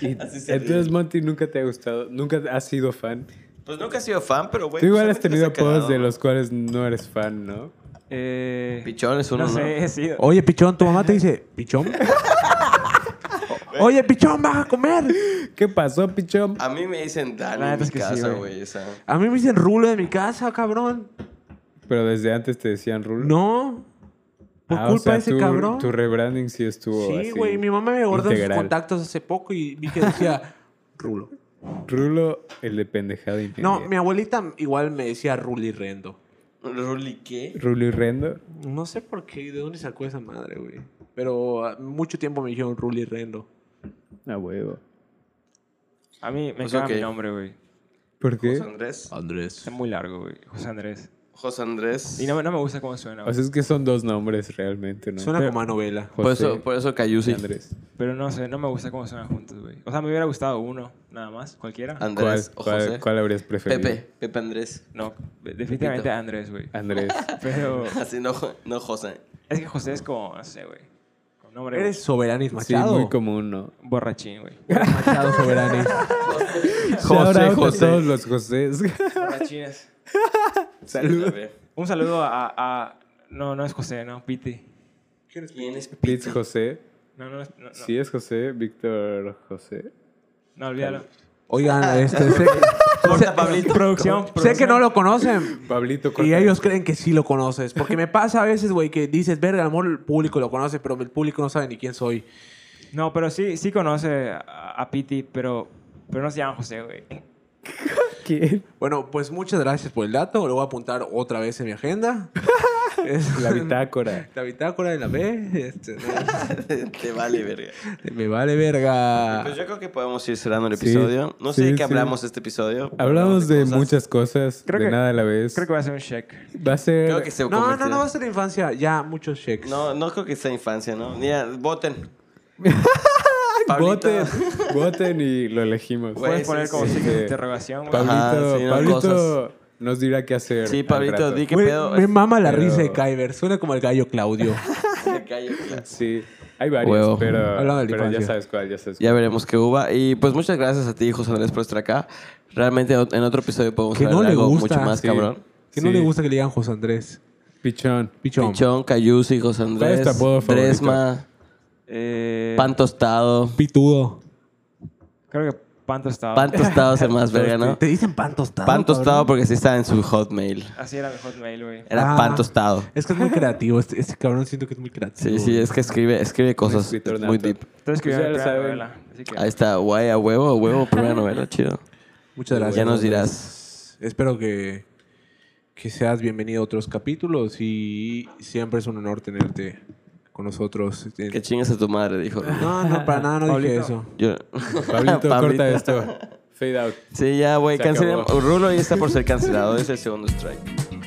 Y-
Así se
entonces,
ríe.
Monty, nunca te ha gustado, nunca has sido fan.
Pues nunca he sido fan, pero güey.
Tú igual
pues,
has
también
tenido
está cagado.
apodos de los cuales no eres fan, ¿no?
Eh,
Pichón es uno,
no
¿no?
sé, he sido.
Oh,
Oye, pichón, tu mamá te dice, pichón. Oye, pichón, vas a comer.
¿Qué pasó, pichón?
A mí me dicen Dani
La
en mi
neta es que sí,
casa,
güey.
güey. o sea.
A mí me dicen rulo de mi casa, cabrón.
Pero desde antes te decían Rulo.
No. Por
Ah, o
culpa
sea,
de ese
tu-
cabrón.
Tu rebranding sí estuvo
Sí,
así,
güey. Mi mamá me guardó sus
integral.
contactos hace poco y vi que decía rulo.
Rulo, el de pendejada
No,
ingeniería.
mi abuelita igual me decía ruli rendo.
¿Ruli qué?
Rulo y Rendo.
No sé por qué, de dónde sacó esa madre, güey. Pero ah, mucho tiempo me dijeron ruli rendo.
A huevo.
A mí me
Pues,
caga
ok.
mi nombre, güey.
¿Por qué?
José Andrés.
Andrés.
Está muy largo, güey. José Andrés.
José Andrés.
Y no, me- no me gusta cómo suena,
O
güey.
sea, es que son dos nombres realmente, ¿no?
Suena
Pero-
como a novela.
José
por, eso, por eso
y
Cayusi.
Andrés.
Pero no sé, no me gusta cómo suenan juntos, güey. O sea, me hubiera gustado uno, nada más, cualquiera.
¿Cuál,
Andrés o
cuál-
José.
cuál habrías preferido?
Pepe, Pepe Andrés.
no, definitivamente Andrés, güey.
Andrés.
Pero
Así Ah, no, no José.
es que José es como, no sé, güey. Con nombre
Eres soberanis
sí,
Machado.
muy común, ¿no?
borrachín, güey.
Machado soberanis.
Shout out
José,
a
José.
todos los Josés.
Borrachines.
Saludos.
Un saludo a, a- No, no es José, no, Piti.
¿Quién es
Pitts José.
No, no, es- no, no,
Sí es José, Víctor José.
no, olvídalo.
Oigan, este, sé,
Corta, Pablito.
sé
Producción,
que
producción.
no lo conocen,
Pablito
Y
Cortés.
ellos creen que sí lo conoces. Porque me pasa a veces, güey, que dices, verga, a lo mejor el público lo conoce, pero el público no sabe ni quién soy.
No, pero sí, sí conoce a, a Piti, pero, pero no se llama José, güey.
¿Qué?
Bueno, pues muchas gracias por el dato. Lo voy a apuntar otra vez en mi agenda. Es-
La bitácora.
La bitácora de la B. este, no,
Te vale, verga.
me vale verga.
Pues yo creo que podemos ir cerrando el
Ah. Sí,
episodio. No sé
sí,
de qué
sí.
hablamos este episodio.
Hablamos de
cosas.
muchas cosas,
Creo
de
que-
nada a la vez.
Creo que va a ser un check.
Va a ser...
Creo que se
No, no,
convirtió-
no va a ser la infancia. Ya, muchos cheques.
No, no creo que sea infancia, ¿no? Mira, voten. Pablito.
Voten, voten y lo elegimos.
Güey,
Puedes poner
sí,
como
sí,
signo
sí.
de interrogación, güey.
Pablito,
Ajá, sí, no,
Pablito
cosas.
nos dirá qué hacer.
Sí,
al
Pablito,
rato.
di qué
Güey,
pedo.
me mama la
Pero-
risa de Kyber. Suena como el gallo Claudio.
Me callo, claro.
Sí, hay varios,
Huevo.
pero,
Hablando de la
pero ya
infancia.
sabes cuál, ya sabes cuál.
Ya veremos qué uva. Y pues muchas gracias a ti, José Andrés, por estar acá. Realmente en otro episodio podemos
Que
hablar
no
de
le
algo
gusta,
mucho más
sí.
cabrón.
que no
Sí.
le gusta que le digan José Andrés.
Pichón.
Pichón.
Pichón, Cayusi, José
¿Cuál es
Andrés,
tu apodo favorito?
Dresma,
Eh,
Pan Tostado.
Pitudo.
Creo que Pan Tostado.
Ah.
Pan Tostado es el más verga, ¿no?
Este,
este
Te dicen pan tostado.
Pan Tostado
cabrón.
porque sí estaba en su Hotmail.
Así era mi hotmail, güey.
Pues
Era
Ah.
Pan Tostado.
Es que es muy creativo. Este, este cabrón siento que es muy creativo.
Sí, sí, es que escribe, escribe cosas
escritor
muy
nato.
deep.
Entonces escribí
Pues ya
mi
lo
primera
saben.
novela. Así que
Ahí está, guay, a huevo, a huevo, primera novela, chido.
Muchas gracias.
Ya nos
Andrés.
dirás.
Espero que, que seas bienvenido a otros capítulos y siempre es un honor tenerte con nosotros.
Que chingas a tu madre, dijo.
No, no, para nada no dije
Pablito.
eso.
Yo-
Pablito, corta
Pablito.
esto. Fade out.
Sí, ya, güey,
Se
cancelemos.
acabó.
Rulo ya está por ser cancelado, es el segundo strike.